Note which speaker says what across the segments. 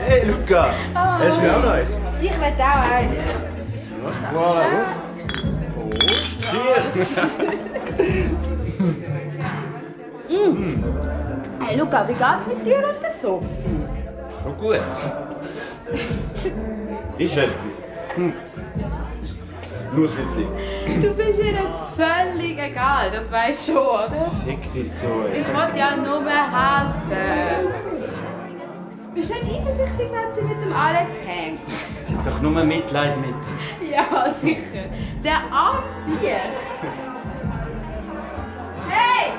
Speaker 1: Hey Luca, hast du mir auch noch eins?
Speaker 2: Ich will auch eins.
Speaker 1: Voilà, gut. Prost. Cheers.
Speaker 2: Hey Luca, wie geht's mit dir und der Sof?
Speaker 3: Schon gut. Ist etwas.
Speaker 1: Nur ein Witzli.
Speaker 4: Du bist ihr völlig egal, das weiß schon, oder?
Speaker 3: Fick die Zoe.
Speaker 4: Ich wollte ja nur helfen.
Speaker 2: Bist du nicht eifersüchtig, wenn sie mit dem Alex hängt?
Speaker 3: Sie hat doch nur Mitleid mit.
Speaker 4: Ja, sicher.
Speaker 2: Der arme Sieg! Hey!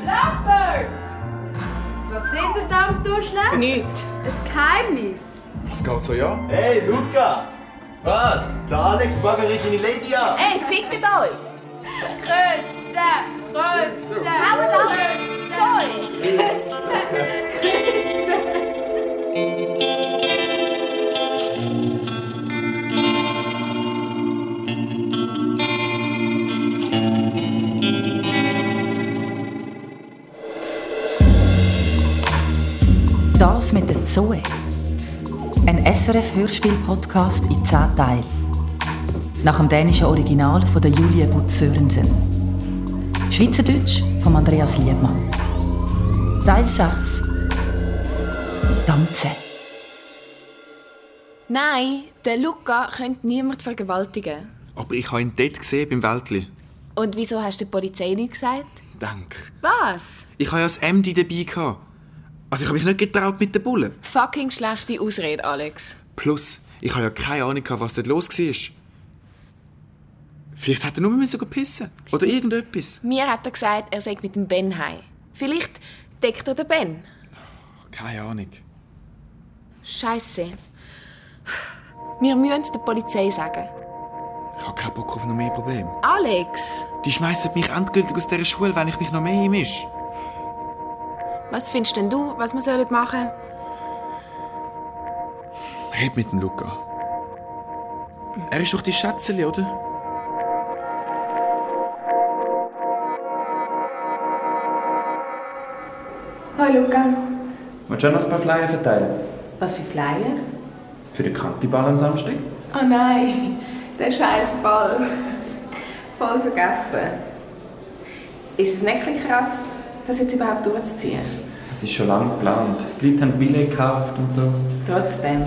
Speaker 2: Lovebirds! Was sind denn da am Durchschlag?
Speaker 4: Nicht.
Speaker 2: Ein Geheimnis!
Speaker 5: Was geht so, ja?
Speaker 1: Hey Luca,
Speaker 3: Was?
Speaker 1: der Alex baggert deine Lady an.
Speaker 4: Ey, fick mit euch!
Speaker 2: Grüße! Grüße!
Speaker 4: Hauen ab! Zoll!
Speaker 6: Das mit der Zoe. Ein SRF-Hörspiel-Podcast in 10 Teilen. Nach dem dänischen Original von der Julie Butz-Sörensen. Schweizerdeutsch von Andreas Liebmann. Teil 6. Tanzen.
Speaker 4: Nein, der Luca könnte niemand vergewaltigen.
Speaker 5: Aber ich habe ihn dort gesehen, beim Wäldli.
Speaker 4: Und wieso hast du der Polizei nicht gesagt?
Speaker 5: Dank.
Speaker 4: Was?
Speaker 5: Ich habe ja das MD dabei. Gehabt. Also ich habe mich nicht getraut mit den Bullen.
Speaker 4: Fucking schlechte Ausrede, Alex.
Speaker 5: Plus, ich habe ja keine Ahnung, gehabt, was dort los war. Vielleicht hat er nur müssen gehen pissen Oder irgendetwas.
Speaker 4: Mir hat er gesagt, er sei mit dem Ben heim. Vielleicht deckt er den Ben.
Speaker 5: Keine Ahnung.
Speaker 4: Scheiße. Wir müssen der Polizei sagen.
Speaker 5: Ich habe keinen Bock auf noch mehr Probleme.
Speaker 4: Alex,
Speaker 5: Die schmeißen mich endgültig aus dieser Schule, wenn ich mich noch mehr einmische.
Speaker 4: was findest denn du, was wir sollen machen?
Speaker 5: Red mit dem Luca. Er ist doch die Schätzeli, oder?
Speaker 4: Hi Luca.
Speaker 7: Willst du auch noch ein paar Flyer verteilen?
Speaker 4: Was für Flyer?
Speaker 7: Für den Kantiball am Samstag?
Speaker 4: Oh nein, der scheiß Ball. Voll vergessen. Ist es nicht ein bisschen krass, das jetzt überhaupt durchzuziehen?
Speaker 7: Es ist schon lange geplant. Die Leute haben Billett gekauft und so.
Speaker 4: Trotzdem.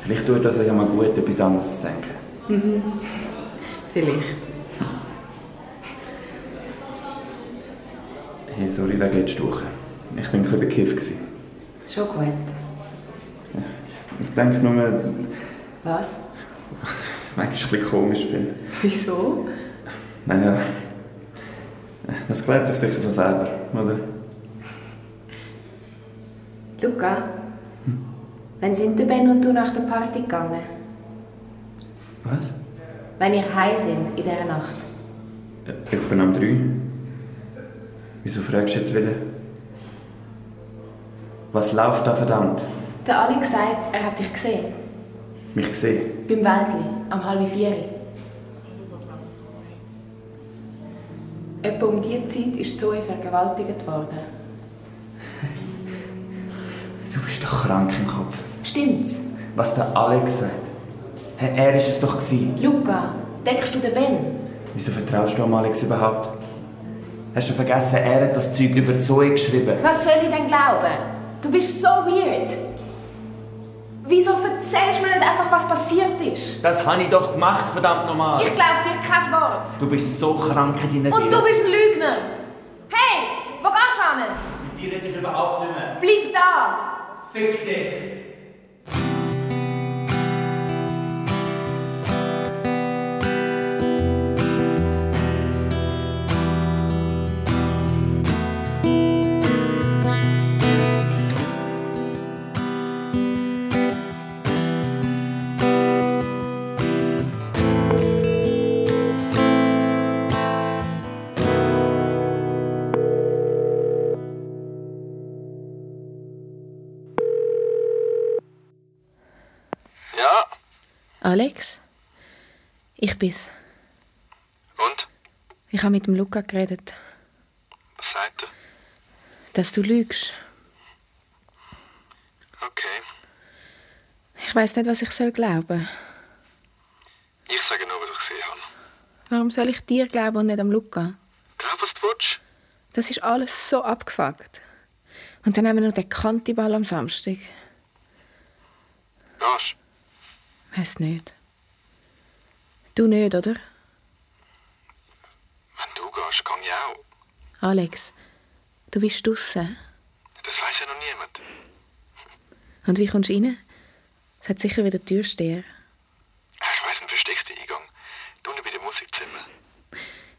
Speaker 7: Vielleicht tut das euch ja mal gut, etwas anderes zu denken.
Speaker 4: Vielleicht.
Speaker 7: Hey, sorry wegen letzter Woche. Ich bin ein bisschen bekifft. gewesen.
Speaker 4: Schon gut.
Speaker 7: Ich denke nur, dass
Speaker 4: Was?
Speaker 7: ich manchmal ein bisschen komisch bin.
Speaker 4: Wieso?
Speaker 7: Naja, das klärt sich sicher von selber, oder?
Speaker 4: Luca, wann sind der Ben und du nach der Party gegangen?
Speaker 7: Was?
Speaker 4: Wenn ihr heim sind in dieser Nacht?
Speaker 7: Ich bin am 3. Wieso fragst du jetzt wieder? Was läuft da verdammt?
Speaker 4: Der Alex sagt, er hat dich gesehen.
Speaker 7: Mich gesehen.
Speaker 4: Beim Wäldli, am halben Vieri. Etwa um diese Zeit ist Zoe vergewaltigt worden.
Speaker 7: Du bist doch krank im Kopf.
Speaker 4: Stimmt's?
Speaker 7: Was der Alex sagt. Hey, er ist es doch gewesen.
Speaker 4: Luca, denkst du den Ben?
Speaker 7: Wieso vertraust du am Alex überhaupt? Hast du vergessen, er hat das Zeug über Zoe geschrieben?
Speaker 4: Was soll ich denn glauben? Du bist so weird. Wieso erzählst du mir nicht einfach, was passiert ist?
Speaker 7: Das habe ich doch gemacht, verdammt nochmal.
Speaker 4: Ich glaub dir kein Wort.
Speaker 7: Du bist so krank in deiner
Speaker 4: Und du bist ein Lügner. Hey, wo gehst du hin?
Speaker 7: Mit dir rede ich überhaupt nicht mehr.
Speaker 4: Bleib da.
Speaker 7: Fick dich!
Speaker 8: Ja,
Speaker 4: Alex? Ich bin's.
Speaker 8: und?
Speaker 4: Ich habe mit dem Luca geredet,
Speaker 8: Was sagt er?
Speaker 4: dass du lügst.
Speaker 8: Okay.
Speaker 9: Ich weiß nicht, was ich soll glauben.
Speaker 10: Ich sage nur, was ich gesehen habe.
Speaker 9: Warum soll ich dir glauben und nicht am Luca?
Speaker 10: Glaub, was du willst.
Speaker 9: Das ist alles so abgefuckt. Und dann haben wir noch den Kantiball am Samstag.
Speaker 10: Gehst.
Speaker 9: Weiß nicht. Du nicht, oder?
Speaker 10: Wenn du gehst, gang ich auch.
Speaker 9: Alex, du bist draussen.
Speaker 10: Das weiß ja noch niemand.
Speaker 9: Und wie kommst du rein? Es hat sicher wieder Türsteher.
Speaker 10: Ich weiss einen versteckten Eingang. Da unten bei dem Musikzimmer.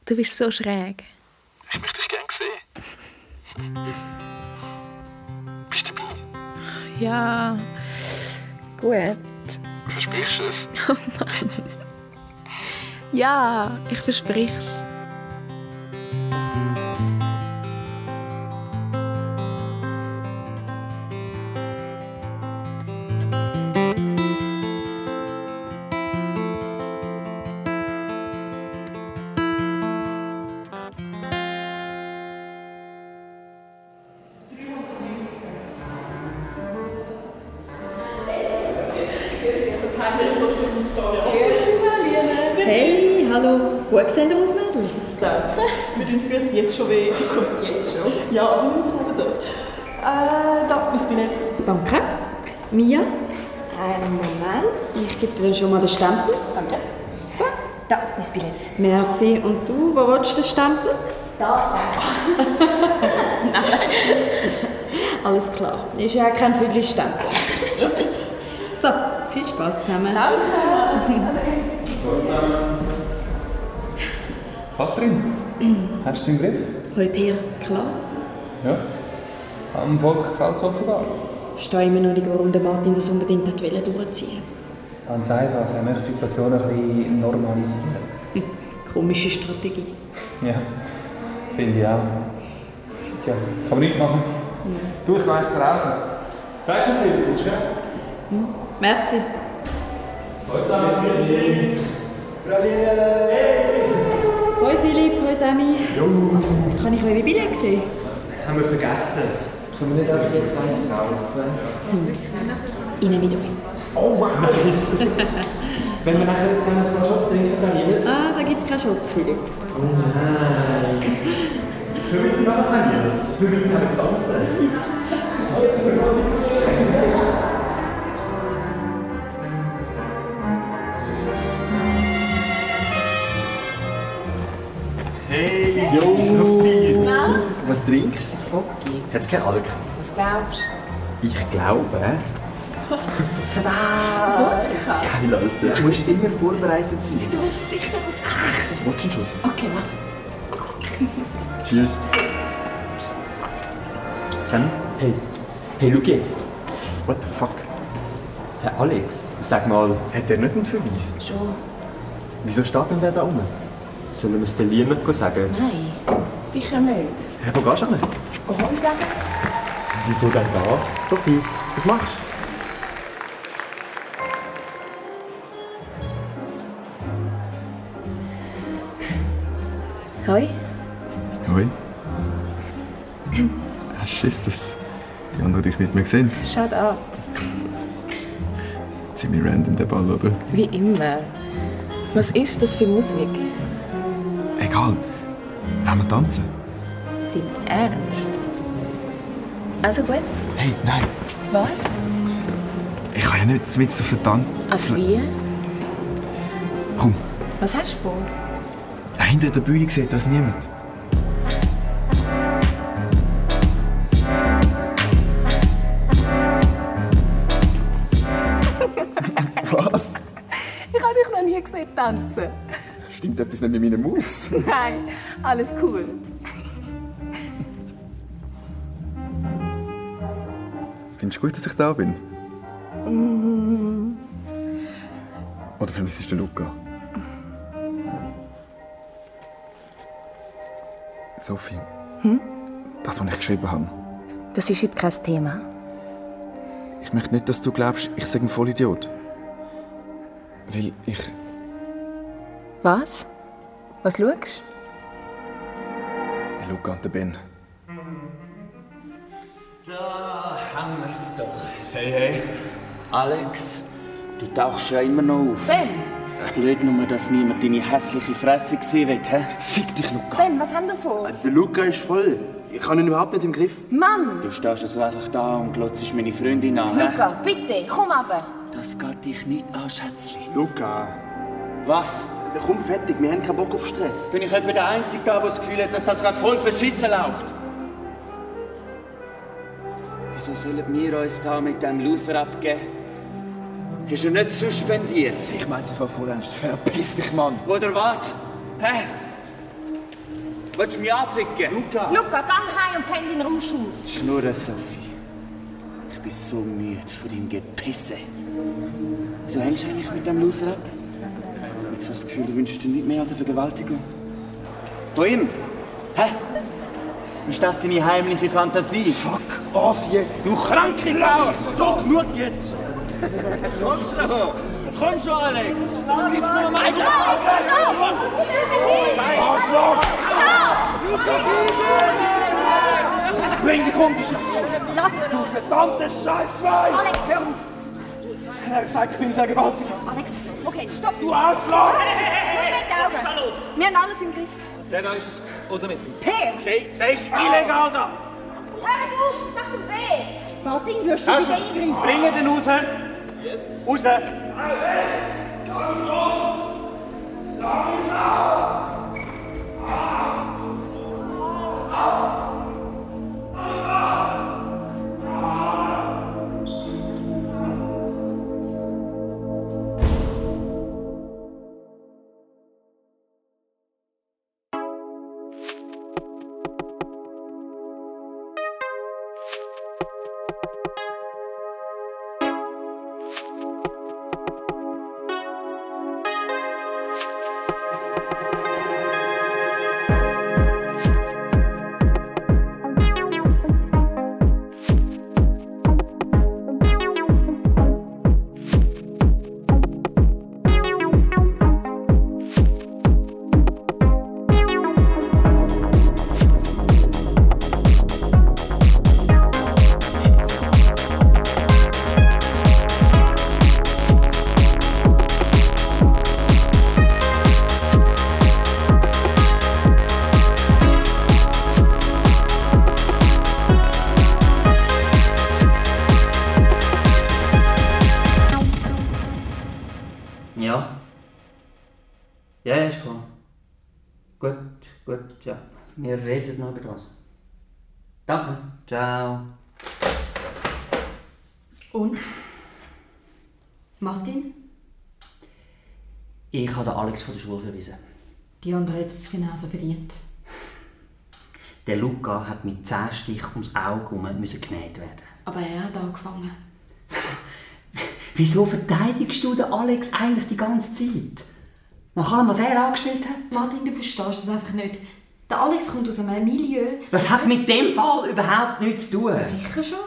Speaker 9: Du bist so schräg.
Speaker 10: Ich möchte dich gern sehen. Bist du dabei?
Speaker 9: Ja. Gut.
Speaker 10: Versprichst du es?
Speaker 9: Ja, ich versprich's.
Speaker 2: Hey, hallo. Gut gesehen, aus Mädels. Danke.
Speaker 11: Mit den Füßen jetzt schon weh.
Speaker 2: Jetzt schon.
Speaker 11: Ja, aber das. Äh, da, mein Billett.
Speaker 2: Danke. Mia. Einen Moment. Ich gebe dir schon mal den Stempel. Danke. So. Da, mein Billett. Merci. Und du, wo willst du den Stempel? Da. Nein. Alles klar. Ist ja kein Viertelstempel. so, viel Spaß zusammen. Danke.
Speaker 7: Katrin, hast du den Griff?
Speaker 2: Hoi Pierre, klar.
Speaker 7: Ja. Am Volk gefällt es offenbar.
Speaker 2: verstehe immer noch nicht, warum der Martin das unbedingt hat wollen durchziehen
Speaker 12: Ganz einfach, er möchte die Situation ein bisschen normalisieren.
Speaker 2: Komische Strategie.
Speaker 7: Ja, finde ich auch. Tja, kann man nichts machen. Du, ich weiss dir auch nicht. Sagst du mir, wie du willst, ja?
Speaker 2: Merci. Hoi Philipp, hoi Sammy. Kann ich eure Bilder sehen?
Speaker 7: Haben wir vergessen. Können wir nicht einfach jetzt eins kaufen?
Speaker 2: Innen mit euch.
Speaker 7: Oh, wow! Wenn wir nachher zusammen ein paar Shots trinken, Frau Liebert?
Speaker 2: Ah, da gibt's keinen Schutz, Philipp.
Speaker 7: Oh nein! Können wir jetzt nachher, Frau Liebert? Wir müssen zusammen tanzen. Das wollte ich sehen.
Speaker 13: Hey, yo, Sophie.
Speaker 14: Na?
Speaker 13: Was trinkst du? Ein
Speaker 14: Wodki.
Speaker 13: Hat's kein Alk?
Speaker 14: Was glaubst
Speaker 13: Ich glaube...
Speaker 14: du? Wodka?
Speaker 13: Geil, Alter. Du musst immer vorbereitet sein.
Speaker 14: Du hast sicher was gegessen.
Speaker 13: Willst du einen Schuss?
Speaker 14: Okay, mach.
Speaker 13: Cheers.
Speaker 7: Sam? Hey. Hey, schau jetzt.
Speaker 13: What the fuck?
Speaker 7: Der Alex, sag mal,
Speaker 13: Hat der nicht einen Verweis?
Speaker 14: Schon.
Speaker 13: Wieso steht denn der da unten?
Speaker 7: sollen wir es dir niemandem sagen?
Speaker 14: Nein, sicher nicht.
Speaker 13: Hey, wo gehst du hin?
Speaker 14: Ohoi sagen?
Speaker 13: Wieso denn das? Sophie, was machst du?
Speaker 9: Hoi.
Speaker 5: Hoi. Hast du Schiss, dass die anderen dich nicht mehr sehen?
Speaker 9: Schaut ab.
Speaker 5: Ziemlich random, der Ball, oder?
Speaker 9: Wie immer. Was ist das für Musik?
Speaker 5: Egal. Wollen wir tanzen?
Speaker 9: Dein Ernst? Also gut.
Speaker 5: Hey, nein.
Speaker 9: Was?
Speaker 5: Ich kann ja nicht mit auf den Tanz...
Speaker 9: Also wie?
Speaker 5: Komm,
Speaker 9: Was hast du vor?
Speaker 5: hinter der Bühne sieht das niemand. Was?
Speaker 14: Ich habe dich noch nie gesehen tanzen.
Speaker 5: Stimmt etwas nicht mit meinen Moves?
Speaker 14: Nein, alles cool.
Speaker 5: Findest du gut, dass ich da bin?
Speaker 9: Mhm.
Speaker 5: Oder vermisst du Luca? Sophie,
Speaker 9: Hm?
Speaker 5: das, was ich geschrieben habe.
Speaker 9: Das ist heute kein Thema.
Speaker 5: Ich möchte nicht, dass du glaubst, ich sei ein Vollidiot. Weil ich...
Speaker 9: Was? Was schaust
Speaker 5: Der Luca und der Ben.
Speaker 1: Da haben wir's doch. Hey, hey. Alex, Du tauchst ja immer noch auf.
Speaker 2: Ben,
Speaker 1: Blöd nur, dass niemand deine hässliche Fresse gesehen will, hä? Fick dich, Luca.
Speaker 2: Ben, was haben wir vor?
Speaker 1: Der Luca ist voll. Ich habe ihn überhaupt nicht im Griff.
Speaker 2: Mann!
Speaker 1: Du stehst ja so einfach da und glotzest meine Freundin an, hä?
Speaker 2: Luca, bitte, komm runter.
Speaker 1: Das geht dich nicht an, Schätzli. Luca! Was? Na komm, fertig, wir haben keinen Bock auf Stress. Bin ich etwa der Einzige da, der das Gefühl hat, dass das gerade voll verschissen läuft? Wieso sollen wir uns da mit dem Loser abgeben? Ist er nicht suspendiert? Ich meine sie von vorhin. Verpiss dich, Mann! Oder was? Hä? Willst du mich anficken? Luca!
Speaker 2: Luca, geh heim und penn deinen Rausch aus.
Speaker 1: Schnurren, Sophie. Ich bin so müde von deinem Gepisse. Wieso hängst du eigentlich mit dem Loser ab? Jetzt hast du das Gefühl, du wünschst dir nicht mehr als eine Vergewaltigung. Von ihm? Hä? Ist das deine heimliche Fantasie? Fuck off jetzt! Du kranke Sau! So, genug jetzt! Komm schon! Komm schon, Alex! Gib nur meine Arschloch! Bring dich um, die Scheiße!
Speaker 2: Lass
Speaker 1: Du verdammtes Scheißschwein!
Speaker 2: Alex, hör auf!
Speaker 1: Er hat gesagt, ich bin vergewaltigt.
Speaker 2: Alex, okay, stopp.
Speaker 1: Du Arschloch!
Speaker 2: Hör mit den Augen. Wir haben alles im Griff.
Speaker 15: Der da ist raus mit ihm.
Speaker 2: Per!
Speaker 15: Okay, der ist illegal da!
Speaker 2: Hör auf, es macht ihm weh. Martin, wirst
Speaker 15: Also, bringe den raus!
Speaker 2: Yes.
Speaker 15: Raus!
Speaker 16: Ja. Ja, ja, ist klar. Gut, gut, ja. Wir reden noch über das. Danke. Ciao.
Speaker 17: Und? Martin?
Speaker 16: Ich habe den Alex von der Schule verwiesen.
Speaker 17: Die andere hat es genauso verdient.
Speaker 16: Der Luca hat mit 10 Stich ums Auge herum müssen genäht werden.
Speaker 17: Aber er hat angefangen.
Speaker 16: Wieso verteidigst du den Alex eigentlich die ganze Zeit? Nach allem, was er angestellt hat?
Speaker 17: Martin, du verstehst es einfach nicht. Der Alex kommt aus einem Milieu. Also
Speaker 16: Das hat mit dem Fall überhaupt nichts zu tun.
Speaker 17: Sicher schon.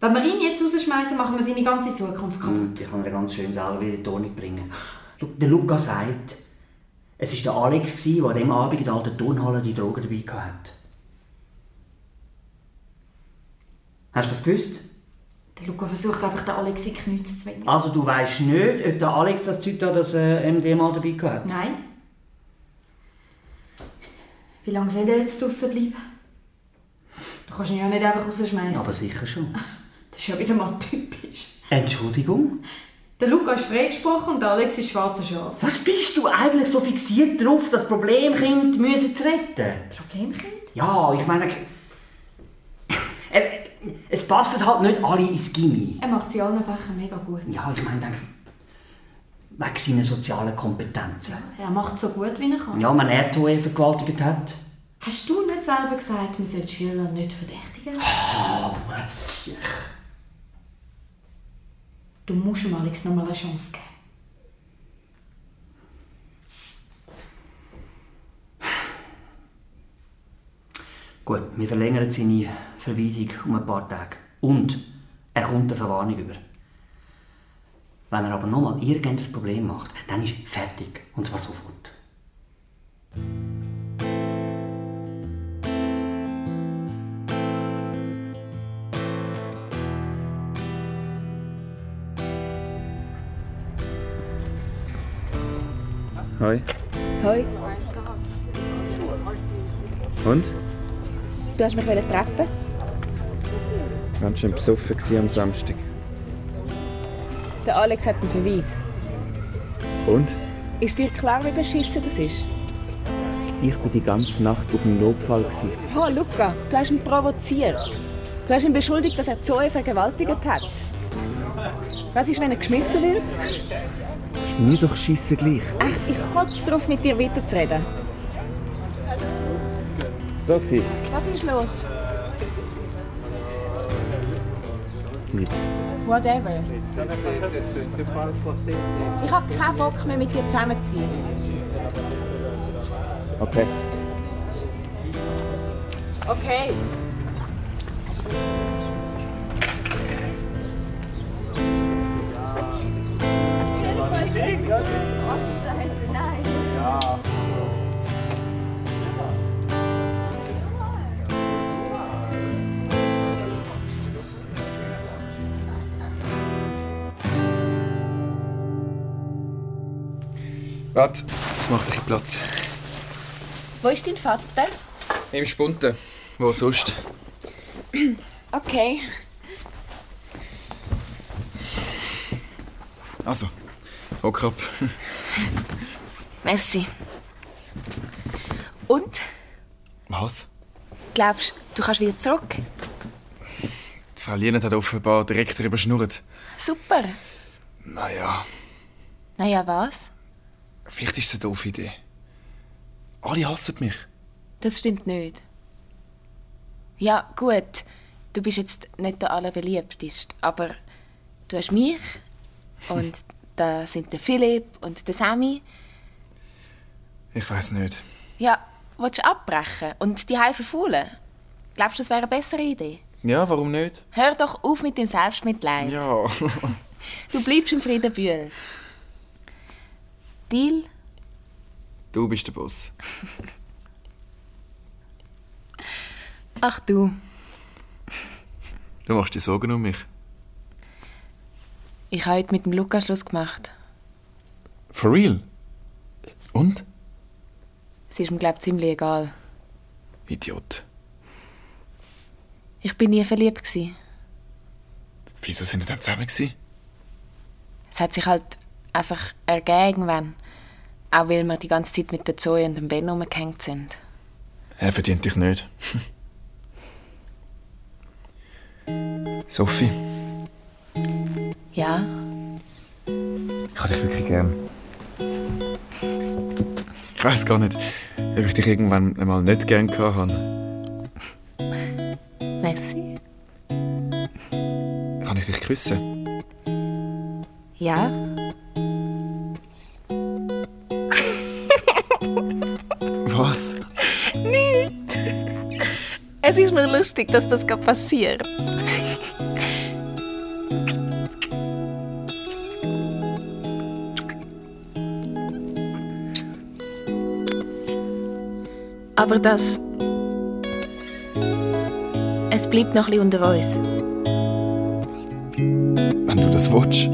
Speaker 17: Wenn wir ihn jetzt rausschmeißen, Also machen wir seine ganze Zukunft kaputt.
Speaker 16: Und ich kann dir ganz schön selber wieder in die Ordnung bringen. Schau, Der Luca sagt, es war der Alex, gewesen, der an dem Abend in der alten Turnhalle die Drogen dabei hatte. Hast du das gewusst?
Speaker 17: Der Luca versucht einfach, den Alex in die Knie zu zwingen.
Speaker 16: Also du weißt nicht, ob der Alex das Zeug da, das äh, MDMA dabei hatte?
Speaker 17: Nein. Wie lange soll er jetzt draußen bleiben? Du kannst ihn ja nicht einfach rausschmeißen.
Speaker 16: Aber sicher schon.
Speaker 17: Das ist ja wieder mal typisch.
Speaker 16: Entschuldigung?
Speaker 17: Der Luca ist freigesprochen und der Alex ist schwarzer Schaf.
Speaker 16: Was bist du eigentlich so fixiert darauf, das Problemkind müssen zu retten?
Speaker 17: Problemkind?
Speaker 16: Ja, ich meine... Äh, Es passen halt nicht alle ins Gimmi.
Speaker 17: Er macht sie in allen Fächern mega gut.
Speaker 16: Ja, ich meine, denke, wegen seiner sozialen Kompetenzen.
Speaker 17: Er macht so gut, wie er kann.
Speaker 16: Ja, wenn er zwei vergewaltigt hat.
Speaker 17: Hast du nicht selber gesagt, man sollte Schüler nicht verdächtigen?
Speaker 16: Oh, Mässchen.
Speaker 17: Du musst dem Alex nochmal eine Chance geben.
Speaker 16: Gut, wir verlängern seine Verweisung um ein paar Tage. Und er kommt eine Verwarnung über. Wenn er aber nochmal irgendein Problem macht, dann ist fertig. Und zwar sofort.
Speaker 5: Hi.
Speaker 4: Hoi,
Speaker 5: Und?
Speaker 4: du hast mich treffen
Speaker 5: Ganz schön besoffen gewesen am Samstag.
Speaker 4: Der Alex hat einen Beweis.
Speaker 5: Und?
Speaker 4: Ist dir klar, wie beschissen das ist?
Speaker 5: Ich war die ganze Nacht auf dem Notfall. Gewesen.
Speaker 4: Oh, Luca, du hast ihn provoziert. Du hast ihn beschuldigt, dass er Zoe vergewaltigt hat. Was ist, wenn er geschmissen wird?
Speaker 5: Ist mir doch scheiße gleich.
Speaker 4: Echt, ich kotze drauf, mit dir weiterzureden.
Speaker 5: Sophie,
Speaker 4: Was ist los?
Speaker 5: mit.
Speaker 4: Whatever. Ich habe keinen Bock mehr, mit dir zusammenzuziehen.
Speaker 5: Okay.
Speaker 4: Okay.
Speaker 5: Warte, ich mach dich Platz.
Speaker 4: Wo ist dein Vater?
Speaker 5: Im Spunten. Wo sonst?
Speaker 4: Okay.
Speaker 5: Also, hock ab.
Speaker 4: Merci. Und?
Speaker 5: Was?
Speaker 4: Glaubst du, du kannst wieder zurück?
Speaker 5: Die Frau Lienert hat offenbar direkt darüber geschnurrt.
Speaker 4: Super.
Speaker 5: Naja,
Speaker 4: Naja, was?
Speaker 5: vielleicht ist es eine doofe Idee. Alle hassen mich.
Speaker 4: Das stimmt nicht. Ja, gut. Du bist jetzt nicht der allerbeliebteste, aber du hast mich und da sind der Philipp und der Sammy.
Speaker 5: Ich weiß nicht.
Speaker 4: Ja, willst du abbrechen und die Hause verfaulen? Glaubst du, das wäre eine bessere Idee?
Speaker 5: Ja, warum nicht?
Speaker 4: Hör doch auf mit dem Selbstmitleid.
Speaker 5: Ja.
Speaker 4: Du bleibst im Friedenbühl. Deal?
Speaker 5: du bist der Boss.
Speaker 4: Ach du.
Speaker 5: Du machst dir Sorgen um mich.
Speaker 4: Ich habe heute mit dem Luca Schluss gemacht.
Speaker 5: For real? Und?
Speaker 4: Es ist mir, glaube ich, ziemlich egal.
Speaker 5: Idiot.
Speaker 4: Ich bin nie verliebt. Gewesen.
Speaker 5: Wieso sind wir dann zusammen? Gewesen?
Speaker 4: Es hat sich halt einfach ergeben, wenn. Auch weil wir die ganze Zeit mit der Zoe und dem Ben rumgehängt sind.
Speaker 5: Er verdient dich nicht. Sophie,
Speaker 4: Ja,
Speaker 5: ich habe dich wirklich gern. Ich weiß gar nicht, ob ich dich irgendwann einmal nicht gern gehabt habe.
Speaker 4: merci.
Speaker 5: Kann ich dich küssen?
Speaker 4: Ja,
Speaker 5: Was?
Speaker 4: nicht. Es ist nur lustig, dass das gerade passiert. Aber das. Es bleibt noch ein bisschen unter uns.
Speaker 5: Wenn du das willst.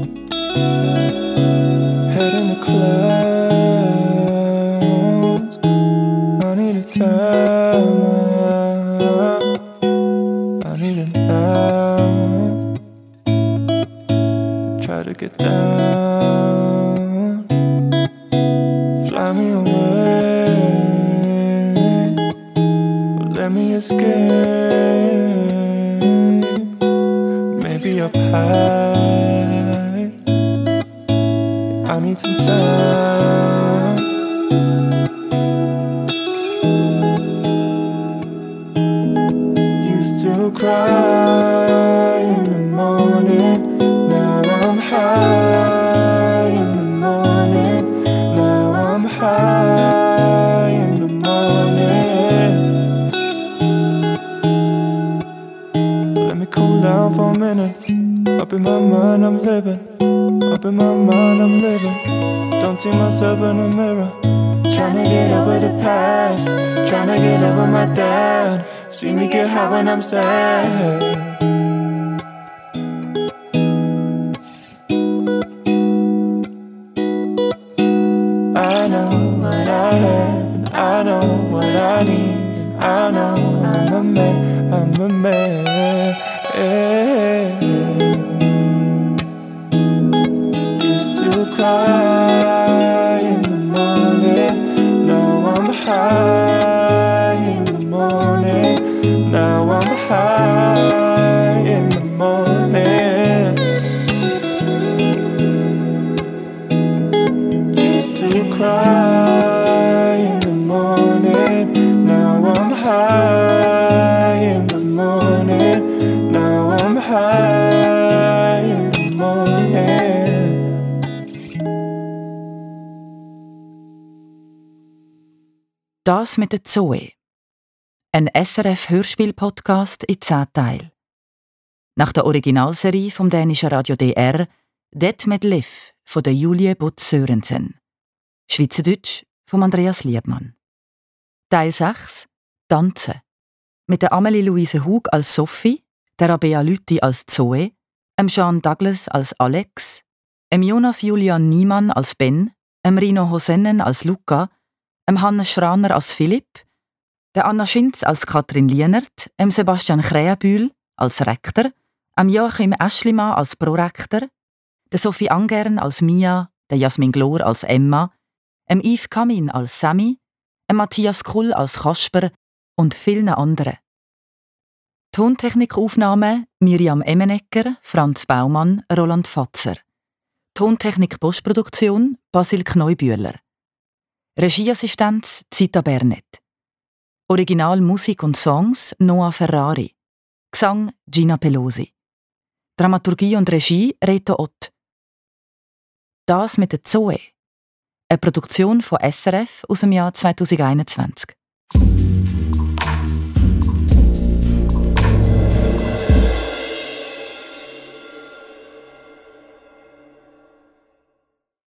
Speaker 7: Head in the clouds. I need a time out. I need an hour. Try to get down. Fly me away. Let me escape. Maybe up high. I need some time. Used to cry in the morning. Now I'm high in the morning. Now I'm high in the morning. Let me cool down for a minute. Up in my mind, I'm living. Up in my mind, I'm living. Don't see myself in the mirror. Trying to get over the past. Trying to get over my dad. See me get high when I'm sad. I know Used to cry in the morning. Now I'm high in the morning. Now I'm high in the morning. Used to cry in the morning. Now I'm high in the morning. Now I'm high in the morning.
Speaker 6: Das mit der Zoe. Ein SRF-Hörspiel-Podcast in 10 Teilen. Nach der Originalserie vom dänischen Radio DR «Det med Liv» von der Julie Butz Sörensen. Schweizerdeutsch von Andreas Liebmann. Teil 6 «Tanzen». Mit der Amelie Louise Hug als Sophie, der Rabea Lüthi als Zoe, dem Jean Douglas als Alex, dem Jonas Julian Niemann als Ben, dem Rino Hosennen als Luca, dem Hannes Schraner als Philipp, der Anna Schinz als Katrin Lienert, dem Sebastian Krähenbühl als Rektor, dem Joachim Eschlimann als Prorektor, der Sophie Angern als Mia, der Jasmin Glor als Emma, dem Yves Kamin als Sammy, dem Matthias Kull als Kasper und vielen anderen. Tontechnikaufnahme Miriam Emenecker, Franz Baumann, Roland Fatzer. Tontechnik Postproduktion Basil Kneubühler. Regieassistenz Zita Bernet. Original Musik und Songs Noah Ferrari. Gesang Gina Pelosi. Dramaturgie und Regie Reto Ott. Das mit der Zoe. Eine Produktion von SRF aus dem Jahr 2021.